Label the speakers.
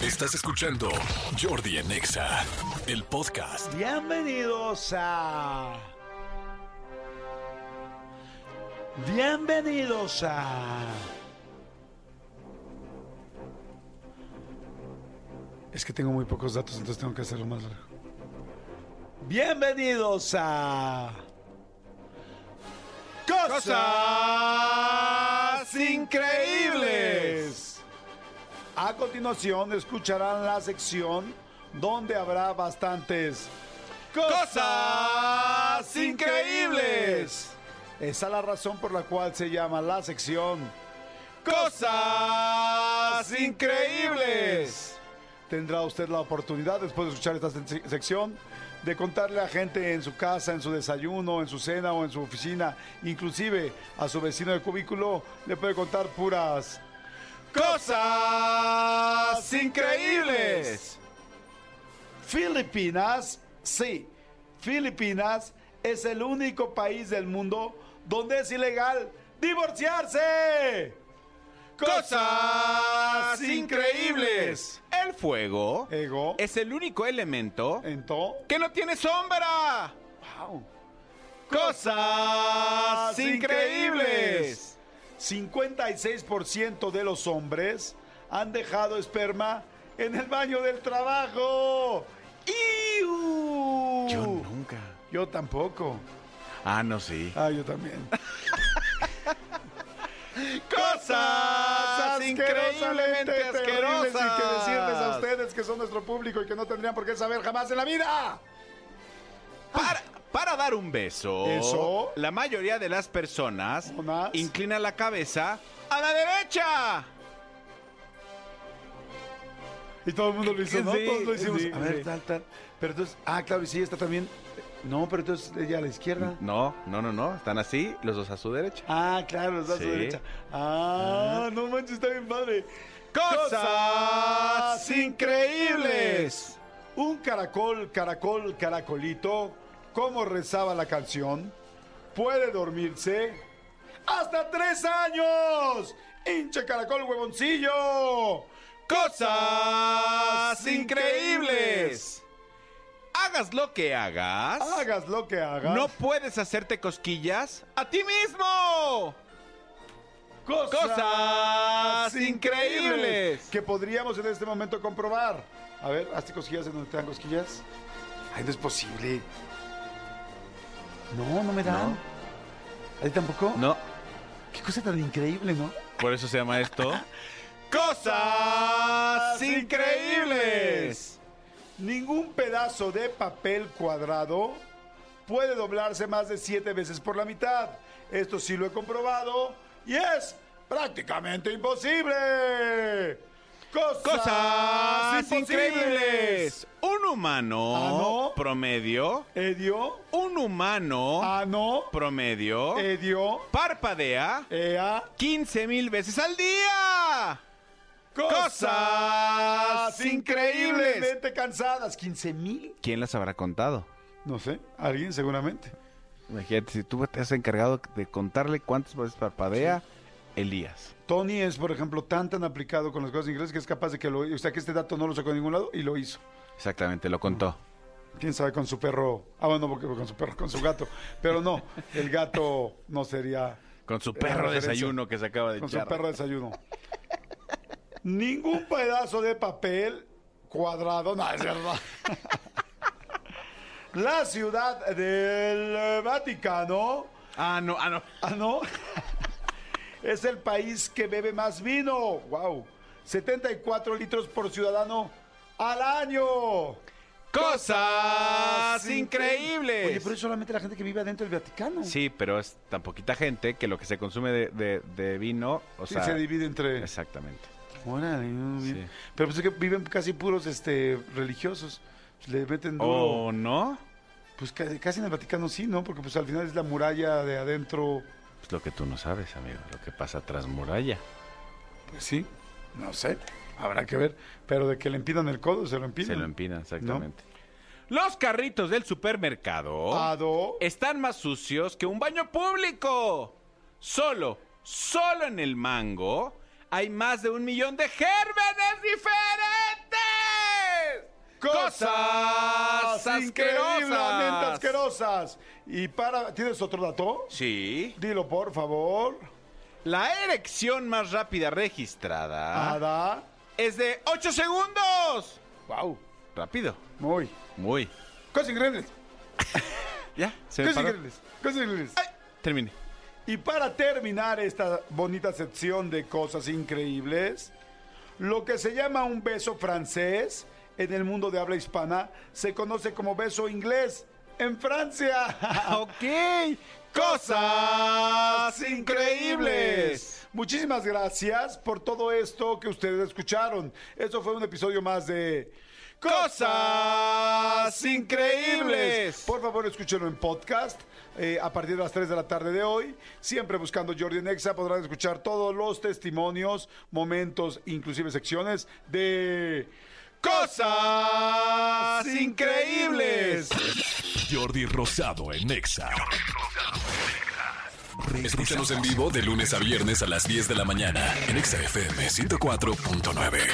Speaker 1: Estás escuchando Jordi en Exa, el podcast.
Speaker 2: Bienvenidos a. Bienvenidos a. Es que tengo muy pocos datos, entonces tengo que hacerlo más largo. Bienvenidos a. Cosas increíbles. A continuación escucharán la sección donde habrá bastantes cosas increíbles. Esa es la razón por la cual se llama la sección Cosas Increíbles. Tendrá usted la oportunidad, después de escuchar esta sec- sección, de contarle a gente en su casa, en su desayuno, en su cena o en su oficina, inclusive a su vecino de cubículo, le puede contar puras cosas increíbles. Filipinas, sí, Filipinas es el único país del mundo donde es ilegal divorciarse. Cosas increíbles.
Speaker 3: El fuego
Speaker 2: Ego.
Speaker 3: es el único elemento
Speaker 2: Entonces,
Speaker 3: que no tiene sombra.
Speaker 2: wow.
Speaker 3: Cosas
Speaker 2: 56% de los hombres han dejado esperma en el baño del trabajo. ¡Iu!
Speaker 3: Yo nunca.
Speaker 2: Yo tampoco.
Speaker 3: Ah, no, sí.
Speaker 2: Ah, yo también.
Speaker 3: Cosas increíblemente
Speaker 2: terribles
Speaker 3: asquerosas.
Speaker 2: Y que decirles a ustedes que son nuestro público y que no tendrían por qué saber jamás en la vida.
Speaker 3: Para, para dar un beso,
Speaker 2: Eso.
Speaker 3: la mayoría de las personas
Speaker 2: Unas.
Speaker 3: inclina la cabeza a la derecha.
Speaker 2: Y todo el mundo lo hizo, ¿no?
Speaker 3: Sí,
Speaker 2: Todos lo hicimos.
Speaker 3: sí,
Speaker 2: a ver,
Speaker 3: sí.
Speaker 2: tal, tal. Pero entonces, ah, claro, y sí, está también. No, pero entonces ella a la izquierda.
Speaker 3: No, no, no, no. Están así, los dos a su derecha.
Speaker 2: Ah, claro, está a su
Speaker 3: Sí.
Speaker 2: derecha. Ah, no manches, está bien padre.
Speaker 3: Cosas increíbles.
Speaker 2: Un caracol, caracol, caracolito, como rezaba la canción, puede dormirse hasta tres años. ¡Hinche caracol, huevoncillo!
Speaker 3: Cosas increíbles. Hagas lo que hagas,
Speaker 2: Hagas lo que hagas.
Speaker 3: no puedes hacerte cosquillas a ti mismo. Cosas increíbles.
Speaker 2: que podríamos en este momento comprobar. A ver, hazte cosquillas en donde te dan cosquillas. Ay, no es posible. No, no me dan.
Speaker 3: No.
Speaker 2: ¿A ti tampoco?
Speaker 3: No,
Speaker 2: Qué cosa tan increíble, ¿no?
Speaker 3: por eso se llama esto. Cosas increíbles.
Speaker 2: Ningún pedazo de papel cuadrado puede doblarse más de siete veces por la mitad. Esto sí lo he comprobado y es prácticamente imposible. Cosas,
Speaker 3: Cosas
Speaker 2: imposibles.
Speaker 3: increíbles. Un humano
Speaker 2: Ah, ¿no?
Speaker 3: promedio,
Speaker 2: Edio,
Speaker 3: un humano
Speaker 2: ano,
Speaker 3: promedio
Speaker 2: edio,
Speaker 3: parpadea
Speaker 2: ea,
Speaker 3: 15 mil veces al día.
Speaker 2: cosas
Speaker 3: increíbles.
Speaker 2: increíblemente cansadas. ¿15 mil?
Speaker 3: ¿Quién las habrá contado?
Speaker 2: No sé, alguien seguramente.
Speaker 3: Imagínate, si tú te has encargado de contarle cuántas veces parpadea, Elías.
Speaker 2: Tony es, por ejemplo, tan tan aplicado con las cosas inglesas que es capaz de que lo... O sea, que este dato no lo sacó de ningún lado y lo hizo.
Speaker 3: Exactamente, lo contó.
Speaker 2: Quién sabe con su perro... Ah, bueno, porque con su perro, con su gato. Pero no, el gato no sería...
Speaker 3: Con su
Speaker 2: La
Speaker 3: perro
Speaker 2: referencia.
Speaker 3: desayuno que se acaba de
Speaker 2: Con su
Speaker 3: echar.
Speaker 2: perro desayuno. Ningún pedazo de papel cuadrado, no, es verdad. La ciudad del Vaticano,
Speaker 3: Ah, no, ah, no.
Speaker 2: ah, no, es el país que bebe más vino. Wow, 74 litros por ciudadano al año.
Speaker 3: Cosas increíbles.
Speaker 2: Oye, pero es solamente la gente que vive adentro del Vaticano.
Speaker 3: Sí, pero es tan poquita gente que lo que se consume de, de- de vino, o
Speaker 2: Sí,
Speaker 3: sea,
Speaker 2: se divide entre.
Speaker 3: exactamente.
Speaker 2: Órale, muy bien.
Speaker 3: Sí.
Speaker 2: Pero pues es que viven casi puros este religiosos. Le meten duro.
Speaker 3: ¿O no?
Speaker 2: Pues ca- casi en el Vaticano sí, ¿no? Porque pues al final es la muralla de adentro.
Speaker 3: Pues lo que tú no sabes, amigo, lo que pasa tras muralla.
Speaker 2: Pues sí, no sé. Habrá que ver. Pero de que le empinan el codo, se lo empinan.
Speaker 3: Se lo empinan, exactamente. Los carritos del supermercado
Speaker 2: Ado.
Speaker 3: están más sucios que un baño público. Solo, solo en el mango hay más de un millón de gérmenes diferentes. asquerosas,
Speaker 2: Increíblemente
Speaker 3: asquerosas.
Speaker 2: asquerosas. Y para. ¿Tienes otro dato?
Speaker 3: Sí.
Speaker 2: Dilo, por favor.
Speaker 3: La erección más rápida registrada
Speaker 2: Ada.
Speaker 3: es de 8 segundos.
Speaker 2: Wow.
Speaker 3: Rápido.
Speaker 2: Muy.
Speaker 3: Muy.
Speaker 2: Cosas increíbles.
Speaker 3: Ya, se me
Speaker 2: Cosas
Speaker 3: paró.
Speaker 2: increíbles. Cosas increíbles.
Speaker 3: Termine.
Speaker 2: Y para terminar esta bonita sección de cosas increíbles, lo que se llama un beso francés en el mundo de habla hispana se conoce como beso inglés en Francia.
Speaker 3: Ah, Ok. Cosas increíbles.
Speaker 2: Muchísimas gracias por todo esto que ustedes escucharon. Eso fue un episodio más de
Speaker 3: Cosas increíbles.
Speaker 2: Por favor, escúchenlo en podcast eh, a partir de las 3 de la tarde de hoy. Siempre buscando Jordi Nexa podrán escuchar todos los testimonios, momentos, inclusive secciones de
Speaker 3: Cosas
Speaker 2: increíbles.
Speaker 1: Jordi Rosado en Nexa. Escúchanos en vivo de lunes a viernes a las 10 de la mañana en Exa FM 104.9.